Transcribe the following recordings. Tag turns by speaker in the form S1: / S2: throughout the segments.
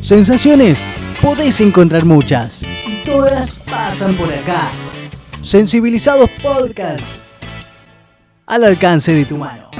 S1: Sensaciones podés encontrar muchas. Y todas pasan por acá. Sensibilizados Podcast. Al alcance de tu mano.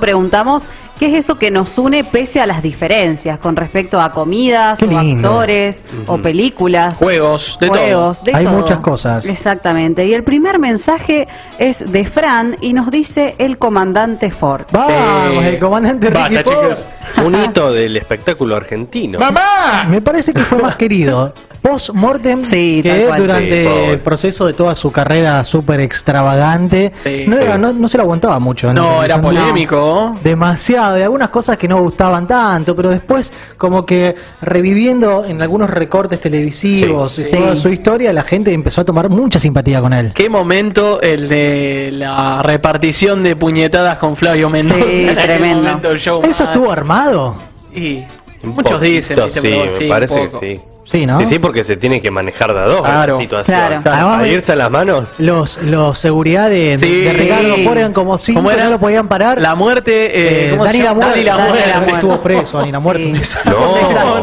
S2: Preguntamos qué es eso que nos une pese a las diferencias con respecto a comidas,
S3: Qué
S2: o
S3: lindo.
S2: actores, o películas.
S4: Juegos, de
S2: juegos, de
S3: Hay
S2: todo.
S3: muchas cosas.
S2: Exactamente. Y el primer mensaje es de Fran y nos dice el comandante Ford.
S3: Vamos, el comandante
S5: Basta,
S3: Ricky Ford.
S5: chicos.
S6: Un hito del espectáculo argentino.
S4: ¡Mamá!
S3: Ah, Me parece que fue más querido post-mortem
S2: Sí, tal
S3: que
S2: cual.
S3: durante
S6: Sí, pobre.
S3: el proceso de toda su carrera súper extravagante.
S4: Sí.
S3: no, era- no- no se lo aguantaba mucho.
S4: No, era
S3: Pensando-
S4: polémico.
S3: Demasiado, de algunas cosas que no gustaban tanto, pero después como que reviviendo en algunos recortes televisivos
S2: Sí, sí.
S3: toda su historia, la gente empezó a tomar mucha simpatía con él.
S4: Qué momento el de la repartición de puñetadas con Flavio Mendoza.
S2: Sí,
S4: en aquel
S2: tremendo.
S4: momento del show,
S3: ¿Eso
S4: man.
S3: estuvo armado?
S4: Y
S6: Un
S4: muchos
S6: poquito,
S4: dicen, ¿viste?
S6: sí,
S4: Pero
S6: me
S4: sí, un
S6: parece que
S4: poco.
S6: sí.
S3: Sí, ¿no?
S6: Sí, sí, porque se tiene que manejar de a dos
S4: Claro,
S6: esa situación.
S2: claro.
S3: Además,
S6: A irse a las manos.
S3: Los, los seguridad de,
S4: Sí.
S3: de Ricardo Ford eran como cinco,
S4: ¿Cómo era?
S3: no lo podían parar.
S4: La muerte, eh,
S3: Eh,
S4: ¿cómo se
S3: Dani la
S4: llama?
S3: muerte,
S4: Dani la
S2: Dani
S4: muerte.
S2: la muerte.
S3: estuvo preso, Dani la muerte.
S2: Sí.
S3: un desastre.
S6: No.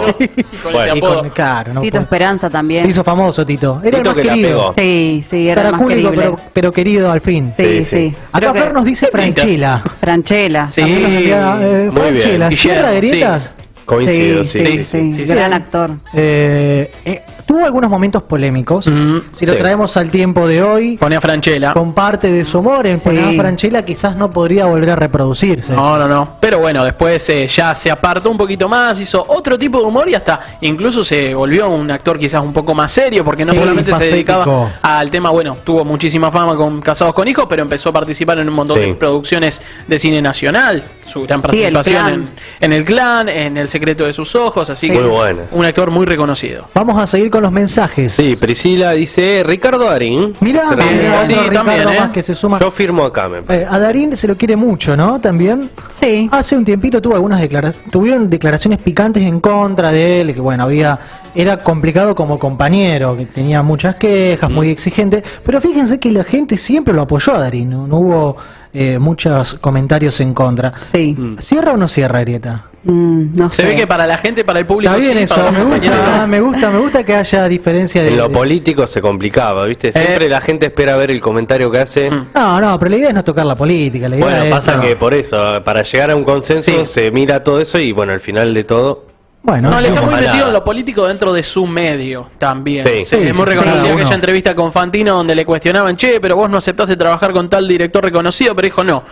S4: Con
S6: Bueno,
S4: ese
S3: Y
S4: apodo.
S3: con- claro, no
S2: Tito
S3: puede-
S2: Esperanza también.
S3: pues, Se hizo famoso Tito. Era el
S6: Tito
S3: más
S6: que la
S4: Oh.
S3: querido.
S6: pegó.
S2: Sí, sí, era el más
S3: Caracúlico,
S2: querible.
S3: pero, pero querido al fin.
S2: Sí, sí.
S6: Sí, sí.
S3: Acá
S2: Creo que-
S3: Fer nos dice Franchila.
S2: Franchella.
S4: Sí.
S3: También nos envía, eh,
S6: Muy bien.
S3: Franchella, ¿cierra
S4: Guillermo,
S3: grietas?
S6: Coincido, sí.
S2: sí,
S6: sí,
S2: sí,
S6: sí.
S4: sí.
S2: gran
S3: Sí.
S2: actor.
S3: Eh, eh, tuvo algunos momentos polémicos.
S4: Mm,
S3: si lo
S6: sí.
S3: traemos al tiempo de hoy,
S4: Pone a Franchella.
S3: con parte de su humor en
S2: Sí.
S3: Panamá Franchella quizás no podría volver a reproducirse.
S4: No, no, no. Pero bueno, después eh, ya se apartó un poquito más, hizo otro tipo de humor y hasta incluso se volvió un actor quizás un poco más serio, porque no
S3: Sí,
S4: solamente se
S3: facético.
S4: dedicaba al tema, bueno, tuvo muchísima fama con Casados con Hijos, pero empezó a participar en un montón
S6: Sí.
S4: de producciones de cine nacional. Su gran
S2: Sí, El
S4: participación
S2: Clan.
S4: en, en El Clan, en El Secreto de sus Ojos, así
S6: Muy
S4: que
S6: buena.
S4: un actor muy reconocido.
S3: Vamos a seguir con los mensajes.
S6: Priscila dice Ricardo Darín.
S3: Mirá,
S6: Se
S3: mirá,
S6: refiere.
S3: otro
S4: Sí,
S3: Ricardo
S4: también, ¿eh?
S3: más que se suma.
S6: Yo firmo acá, me parece.
S3: Eh, a Darín se lo quiere mucho, ¿no? También.
S2: Sí.
S3: Hace un tiempito tuvo algunas declara- tuvieron declaraciones picantes en contra de él, que bueno, había era complicado como compañero, que tenía muchas quejas,
S4: Mm.
S3: muy exigente, pero fíjense que la gente siempre lo apoyó a Darín, no, No hubo eh, muchos comentarios en contra.
S2: Sí.
S3: ¿Cierra o no cierra, Arieta?
S2: Mm, no
S4: Mm. Se
S2: sé.
S4: ve que para la gente, para el público,
S3: Está bien
S4: sí, para
S3: eso,
S4: los
S3: me
S4: compañeros no.
S3: gusta, me gusta, me gusta que haya diferencia de...
S6: En lo
S3: de-
S6: político se complicaba, ¿viste? Siempre la gente espera ver el comentario que hace.
S4: Mm.
S3: No, no, pero la idea es no tocar la política, la idea
S6: Bueno,
S3: es-
S6: pasa
S3: no.
S6: que por eso, para llegar a un consenso
S4: Sí.
S6: se mira todo eso y bueno, al final de todo...
S3: Bueno,
S4: No, le está
S6: no,
S4: muy
S6: para
S4: metido
S6: nada.
S4: en lo político dentro de su medio también.
S6: Sí.
S4: Sí,
S3: Sí,
S4: hemos
S3: sí,
S4: reconocido
S3: sí, cada
S4: aquella
S3: uno.
S4: entrevista con Fantino donde le cuestionaban, che, pero vos no aceptaste trabajar con tal director reconocido, pero dijo no.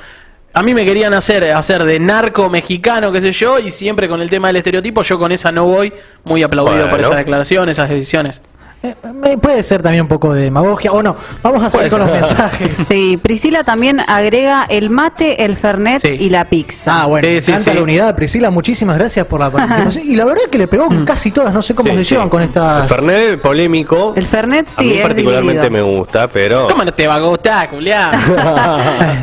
S4: A mí me querían hacer, hacer de narco mexicano, qué sé yo, y siempre con el tema del estereotipo, yo con esa no voy, muy aplaudido por
S6: Bueno.
S4: esa declaración, esas decisiones.
S3: eh, eh, puede ser también un poco de demagogia, o no, vamos a seguir
S4: Puede
S3: con los
S4: ser.
S3: mensajes.
S2: Sí, Priscila también agrega el mate, el fernet
S4: Sí.
S2: y la pizza.
S3: Ah, bueno,
S4: Sí,
S3: me
S4: sí,
S3: encanta
S4: sí.
S3: la unidad, Priscila. Muchísimas gracias por la participación. y la verdad que le pegó
S2: Mm.
S3: con casi todas. No sé cómo
S6: Sí,
S3: se
S6: sí.
S3: llevan con
S6: El
S3: estas.
S6: Fernet polémico.
S2: El Fernet sí
S6: a mí
S2: es
S6: particularmente
S2: dividido.
S6: me gusta, pero...
S4: ¿Cómo no te va a gustar, culiá?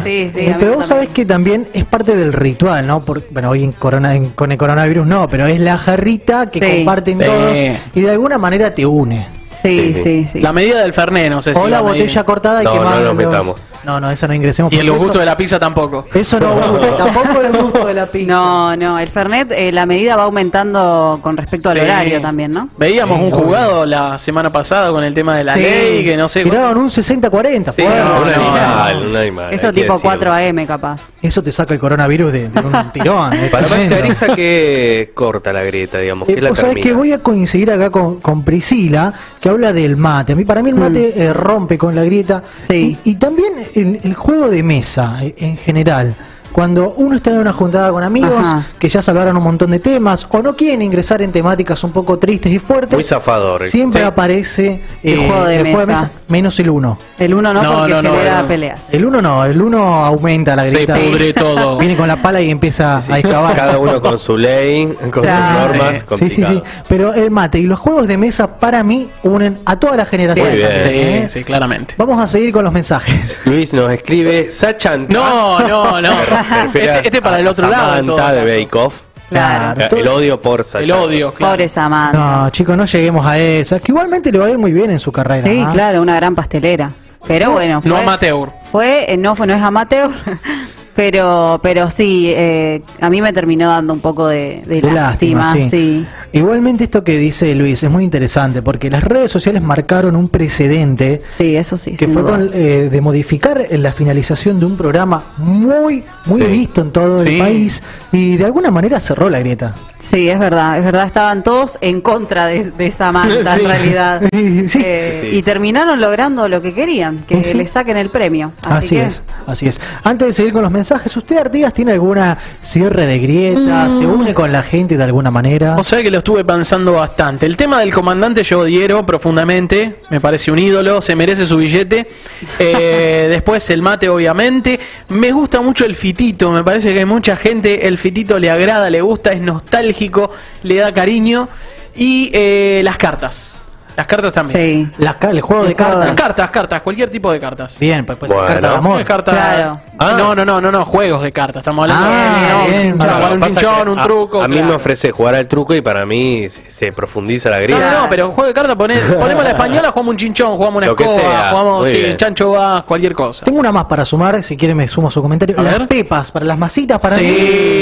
S2: sí, sí. a mí
S3: Eh, pero
S2: también.
S3: vos sabés que también es parte del ritual, ¿no? Por- bueno, hoy en corona, en- con el coronavirus no, pero es la jarrita que
S2: Sí.
S3: comparten
S4: Sí.
S3: todos y de alguna manera te une.
S2: Sí,
S6: Sí,
S2: sí,
S6: sí.
S2: sí. sí.
S4: La medida del Fernet, no sé si
S3: o la
S4: van a ir.
S3: botella cortada y
S6: No,
S3: que
S6: no
S3: más
S6: nos
S3: los-
S6: metamos.
S3: No, no, esa no ingresemos.
S4: Y el
S3: porque
S4: gusto
S3: eso,
S4: de la pizza tampoco.
S3: Eso no gusta, tampoco el gusto de la pizza.
S2: No, no, el Fernet, eh, la medida va aumentando con respecto al
S4: Sí.
S2: horario también, ¿no?
S4: Eh, Veíamos
S3: Sí,
S4: un
S3: obvio.
S4: jugado la semana pasada con el tema de la
S2: Sí.
S4: ley, que no sé.
S3: Tiraron un 60-40.
S4: Sí,
S3: fue.
S4: no,
S6: un
S4: no,
S6: animal,
S4: no.
S6: un animal.
S2: Eso
S6: hay que
S2: tipo
S6: decirlo.
S2: 4 AM capaz.
S3: Eso te saca el coronavirus de, de un tirón. es
S6: Para mí
S3: tremendo.
S6: se eriza que corta la grieta, digamos,
S3: Eh,
S6: que la
S3: vos sabés
S6: termina.
S3: que voy a coincidir acá con, con Priscila, que habla del mate. A mí, para mí el mate eh, rompe con la grieta.
S2: Mm. Sí.
S3: Y, y también el, el juego de mesa eh, en general. Cuando uno está en una juntada con amigos
S2: Ajá.
S3: que ya salvaron un montón de temas o no quieren ingresar en temáticas un poco tristes y fuertes,
S6: Muy zafador.
S3: siempre
S4: eh. Sí.
S3: aparece eh,
S2: El juego de mesa.
S3: menos el uno.
S2: El 1 no,
S4: No,
S2: porque
S4: no, no,
S2: genera
S4: no.
S2: peleas.
S3: El uno no, el uno aumenta la
S4: Se
S3: grieta.
S4: pudre todo.
S3: Viene con la pala y empieza a excavar. Ah, eh,
S6: Cada uno con su ley, con
S2: Claro.
S6: sus normas.
S3: Sí, sí, sí.
S6: complicado.
S3: Pero el mate y los juegos de mesa para mí unen a toda la generación.
S6: Muy bien.
S4: Sí, sí, claramente.
S3: Vamos a seguir con los mensajes.
S6: Luis nos escribe Sachan.
S4: No, no, no. Este, este para el otro lado. en todo
S6: Samantha de
S4: caso.
S6: Bake Off.
S2: Claro.
S3: Claro.
S6: El odio por Sachan.
S4: El odio, claro.
S2: Pobre Samantha.
S3: No, chicos, no lleguemos a esas. Que igualmente le va a ir muy bien en su carrera.
S2: Sí,
S3: ¿ah?
S2: claro, una gran pastelera. Pero bueno.
S4: No
S2: fue-
S4: amateur.
S2: Fue, eh, no, fue- no es amateur, Pero, pero sí, eh, a mí me terminó dando un poco de, de
S3: Qué
S2: lástima. sí.
S3: Igualmente esto que dice Luis es muy interesante porque las redes sociales marcaron un precedente
S2: Sí, eso sí.
S3: que
S2: sin
S3: fue con,
S2: dudas.
S3: eh, de modificar la finalización de un programa muy muy
S6: Sí.
S3: visto en todo
S4: Sí.
S3: el país y de alguna manera cerró la grieta.
S2: Sí, es verdad, es verdad, estaban todos en contra de, de esa manta
S3: Sí.
S2: en realidad.
S3: Sí, sí.
S2: Eh,
S6: Sí, sí.
S2: Y terminaron logrando lo que querían, que
S3: Sí.
S2: le saquen el premio.
S3: Así,
S2: Así, que-
S3: es, así es. Antes de seguir con los mensajes, ¿usted Artigas tiene alguna cierre de grieta? ¿Se une con la gente de alguna manera?
S4: O sea que lo estuve pensando bastante. El tema del comandante yo odiero profundamente. Me parece un ídolo, se merece su billete. Eh, después el mate, obviamente. Me gusta mucho el fitito. Me parece que mucha gente el fitito le agrada, le gusta, es nostálgico, le da cariño. Y eh, las cartas. Las cartas también.
S2: Sí.
S3: Las ca- el juego de
S2: El juego
S3: cartas.
S2: de
S4: Las cartas, cartas, cualquier tipo de cartas.
S3: Bien, pues, pues
S6: Bueno.
S3: carta de
S4: No,
S3: amor.
S4: es carta-
S2: Claro.
S6: Ah.
S4: No, no, no, no, no, juegos de cartas. Estamos hablando
S3: Ah,
S4: de
S3: bien,
S4: un
S3: claro,
S4: chinchón, para un
S6: Pasa que
S4: chinchón, un
S6: a-
S4: truco.
S6: Ah, A, mí me
S4: claro.
S6: ofrece jugar al truco y para mí se, se profundiza la
S4: No,
S6: grieta.
S4: no, no, pero juego de cartas, poné- ponemos la española, jugamos un chinchón, jugamos una
S6: Lo que
S4: escoba,
S6: sea,
S4: jugamos
S6: muy
S4: sí,
S6: bien.
S4: chancho vas, cualquier cosa.
S3: Tengo una más para sumar, si quiere me sumo su comentario.
S4: A
S3: las
S4: ver.
S3: pepas, para las masitas, para,
S4: Sí.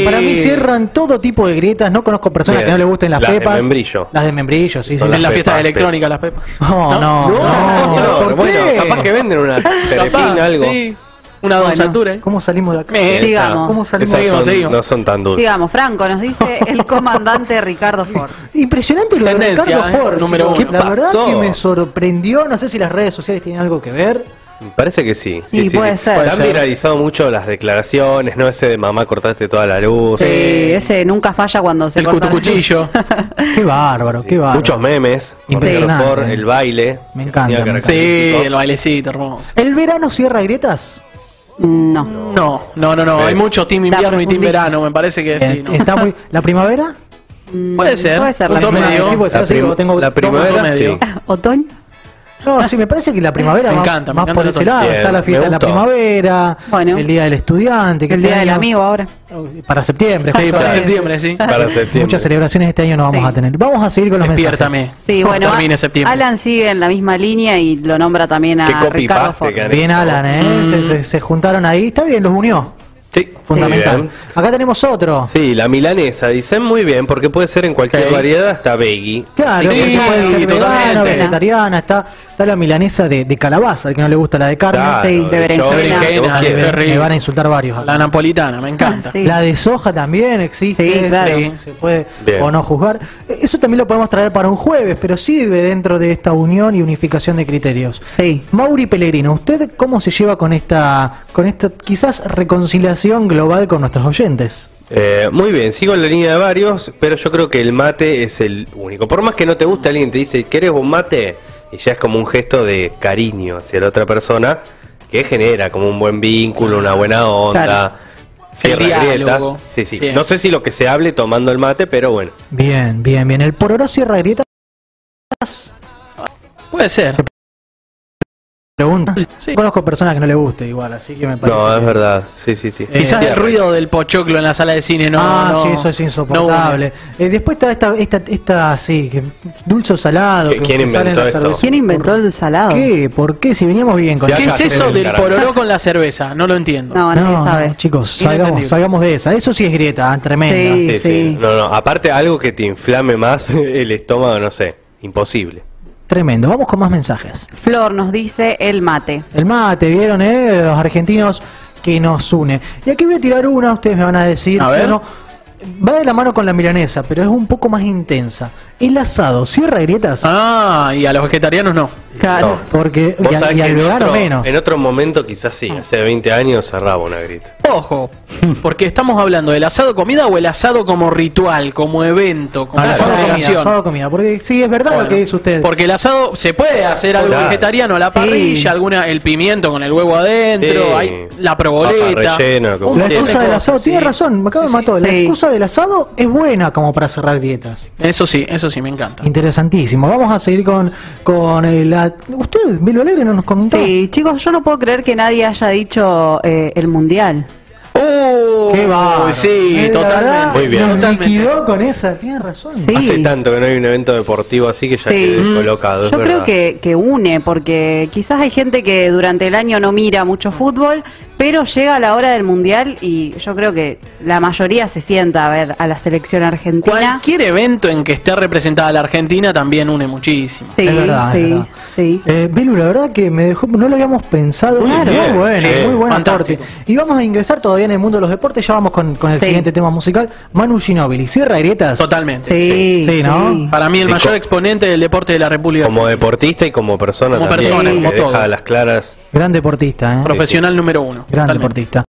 S3: mí, para mí cierran todo tipo de grietas. No conozco personas
S6: Bien.
S3: que no le gusten las,
S6: Las de
S3: pepas.
S6: membrillo.
S3: Las de membrillo, sí, sí.
S6: Son
S4: en las
S6: pepas,
S4: fiestas
S6: pe-
S4: electrónicas, las pepas.
S3: No, no, no.
S6: No,
S3: ¿por
S6: bueno,
S3: qué?
S6: capaz que venden una
S4: Capaz,
S6: terepina, algo.
S4: sí. Una
S2: Bueno.
S4: dosatura, ¿eh?
S3: ¿Cómo salimos de acá?
S4: Me-
S6: Esa-
S2: Digamos.
S3: ¿Cómo salimos?
S6: esas
S4: Seguimos,
S6: son-
S4: seguimos.
S6: No son tan dulces.
S2: Digamos, Franco, nos dice el comandante Ricardo Ford.
S3: Impresionante lo de
S4: Tendencia,
S3: Ricardo
S4: eh,
S3: Ford.
S4: número
S3: chicos,
S4: uno.
S3: que La verdad
S6: Pasó.
S3: que me sorprendió. No sé si las redes sociales tienen algo que ver.
S6: Parece que sí. sí,
S2: Y
S6: sí,
S2: puede
S6: sí.
S2: ser.
S6: Se
S4: Puede
S6: han
S4: ser.
S6: viralizado mucho las declaraciones, ¿no? Ese de mamá cortaste toda la luz.
S2: Sí, ese nunca falla cuando se
S4: El
S2: corta la luz.
S4: cutucuchillo.
S3: Qué bárbaro, qué bárbaro.
S6: Muchos memes.
S3: Impresionante.
S6: Por el baile.
S3: Me encanta,
S6: Tenía
S3: me
S4: sí,
S6: característico.
S4: el bailecito hermoso.
S3: ¿El verano cierra grietas?
S2: No.
S4: No, no, no, no. Hay
S6: ¿Ves?
S4: mucho team
S2: Está
S4: invierno y team
S2: profundísimo.
S4: verano, me parece que Eh, sí.
S3: Bien,
S4: ¿no?
S3: Está muy... ¿La primavera?
S4: Puede ser.
S2: Mm, Puede ser la
S4: Punto
S2: misma.
S4: medio.
S3: Sí, puede ser,
S6: La,
S3: sí,
S6: prim-
S3: porque tengo
S6: la
S3: dos puntos
S6: primavera,
S4: medio.
S6: sí.
S2: ¿Otoño?
S3: No, sí, me parece que la primavera
S4: Me
S3: va
S4: encanta, me
S3: más
S4: encanta
S3: por
S4: el
S3: ese
S4: otoño.
S3: lado.
S6: Bien,
S3: Está la
S6: me
S3: fiesta de la
S6: gustó.
S3: primavera,
S2: Bueno.
S3: el día del estudiante. que
S2: El
S3: este
S2: día del
S3: año-
S2: amigo ahora.
S3: Para septiembre.
S4: Sí, para
S6: Claro.
S3: justamente.
S4: septiembre, sí.
S6: Para septiembre.
S3: Muchas celebraciones este año no vamos
S2: Sí.
S3: a tener. Vamos a seguir con los
S4: Despiértame.
S3: mensajes.
S2: Sí, bueno,
S4: Termina septiembre.
S2: Alan sigue en la misma línea y lo nombra también
S6: Qué
S2: a
S6: copy
S2: Ricardo
S6: paste
S2: Ford.
S6: que han
S3: Bien, Alan, ¿eh?
S4: Mm.
S3: Se, se- se juntaron ahí. Está bien, los unió.
S4: Sí.
S3: Fundamental.
S6: Muy bien.
S3: Acá tenemos otro.
S6: Sí, la milanesa. Dicen muy bien, porque puede ser en cualquier
S4: Ok.
S6: variedad hasta veggie.
S3: Claro,
S4: Sí,
S3: porque puede ser vegana,
S4: totalmente.
S3: vegetariana. Está, está la milanesa de, de calabaza, al que no le gusta la de carne.
S6: Claro,
S2: sí, de
S6: de
S2: berenjena.
S6: chori, lo que
S4: Berenjena,
S6: vos
S4: de
S6: quieras.
S4: berenjena.
S3: Me
S4: rico.
S3: van a insultar varios.
S4: La napolitana, me encanta.
S2: Sí.
S3: La de soja también existe,
S2: Sí, claro.
S3: se, se puede
S6: Bien.
S3: o no juzgar. Eso también lo podemos traer para un jueves, pero sirve dentro de esta unión y unificación de criterios.
S2: Sí.
S3: Mauri Pellegrino, ¿usted cómo se lleva con esta, con esta quizás reconciliación global con nuestros oyentes?
S6: Eh, muy bien, sigo en la línea de varios, pero yo creo que el mate es el único. Por más que no te guste, alguien te dice, ¿querés un mate? Y ya es como un gesto de cariño hacia la otra persona que genera como un buen vínculo, una buena onda.
S2: Claro.
S6: Cierra
S4: El
S6: grietas.
S4: diálogo.
S6: Sí, sí.
S4: Bien.
S6: No sé si lo que se hable tomando el mate, pero bueno.
S3: Bien, bien, bien. El pororó cierra grieta
S4: Puede ser.
S3: pregunta.
S4: Sí.
S3: Conozco personas que no le guste igual, así que me parece.
S6: No,
S3: que-
S6: es verdad. Sí, sí, sí.
S4: Eh, Quizás el
S6: Cierra.
S4: ruido del pochoclo en la sala de cine, ¿no?
S3: ah,
S4: no-
S3: sí, eso es
S4: no
S3: insoportable. Eh, después está esta, esta, esta, sí, que dulce o salado.
S6: ¿Qui- quién
S3: que sale en
S6: inventó
S3: la
S6: esto?
S3: cerveza.
S2: ¿Quién inventó el salado?
S3: ¿Qué? ¿Por qué? Si veníamos bien con
S6: Ya
S4: ¿Qué
S6: Acá
S4: es
S6: se ve
S4: eso
S6: el
S4: del
S6: carajo.
S4: pororó con la cerveza? No lo entiendo.
S2: No, nadie
S3: no,
S2: sabe.
S3: no, chicos, salgamos,
S4: Inentendible.
S3: salgamos de esa. Eso sí es grieta, ah, tremenda.
S2: Sí.
S6: Sí, sí. No, no. Aparte, algo que te inflame más el estómago, no sé. Imposible.
S3: Tremendo. Vamos con más mensajes.
S2: Flor nos dice el mate.
S3: El mate, ¿vieron, eh? Los argentinos que nos une. Y aquí voy a tirar una, ustedes me van a decir
S4: A
S3: sí o
S4: ver.
S3: no. Va de la mano con la milanesa, pero es un poco más intensa. El asado, ¿cierra grietas?
S4: Ah, y a los vegetarianos no.
S6: Claro.
S3: Porque,
S6: Vos
S3: y, a-
S6: sabés
S3: y
S6: que
S3: al
S6: en
S3: vegano
S6: otro,
S3: menos.
S6: en otro momento quizás sí, hace 20 años cerraba una grita.
S4: Ojo, porque estamos hablando del asado comida o el asado como ritual, como evento, como
S6: Ah,
S3: Asado comida,
S4: congregación.
S3: asado comida. Porque sí, es verdad lo
S4: Bueno,
S3: que dice usted.
S4: Porque el asado se puede hacer algo
S6: Claro.
S4: vegetariano, la
S2: Sí.
S4: parrilla, alguna, el pimiento con el huevo adentro,
S6: Sí.
S4: hay la
S6: Papa
S4: proboleta.
S6: rellena, como
S4: un
S3: La
S4: montón
S6: Sí,
S4: de
S3: excusa del
S4: cosas,
S3: asado,
S4: sí.
S3: tiene razón, me acabo
S4: Sí,
S3: de matar.
S4: sí.
S3: La
S2: Sí.
S3: excusa del asado es buena como para cerrar dietas.
S4: Eso sí, eso sí, me encanta.
S3: Interesantísimo. Vamos a seguir con, con eh, la. Usted, Velo Alegre, no nos contó.
S2: Sí, chicos, yo no puedo creer que nadie haya dicho eh, el mundial.
S4: ¡Oh!
S3: Qué va.
S4: Sí, totalmente.
S6: Muy bien.
S3: Nos
S4: Totalmente.
S3: liquidó con esa, tiene razón.
S2: Sí.
S6: Hace tanto que no hay un evento deportivo así que ya
S2: Sí. Mm.
S6: quedé colocado.
S2: Yo creo que, que une, porque quizás hay gente que durante el año no mira mucho fútbol, Pero llega la hora del mundial y yo creo que la mayoría se sienta a ver a la selección argentina.
S4: Cualquier evento en que esté representada la Argentina también une muchísimo.
S2: Sí,
S3: Es verdad, es
S2: sí,
S3: verdad.
S2: sí.
S3: Eh, Belu, la verdad que me dejó, no lo habíamos pensado.
S2: Claro.
S3: Muy bueno,
S6: Sí,
S3: muy buen
S4: fantástico.
S3: aporte. Y vamos a ingresar todavía en el mundo de los deportes, ya vamos con, con el
S2: Sí.
S3: siguiente tema musical. Manu Ginóbili, cierra grietas.
S4: Totalmente.
S2: Sí,
S3: Sí, ¿no?
S2: sí.
S4: Para mí el
S6: Sí,
S4: mayor
S6: co-
S4: exponente del deporte de la República.
S6: Como deportista y como persona
S4: Como
S6: también,
S4: persona,
S6: que
S4: como
S6: deja
S4: todo.
S6: las claras
S3: Gran deportista, ¿eh?
S4: profesional número uno.
S3: Gran
S4: Totalmente.
S3: deportista.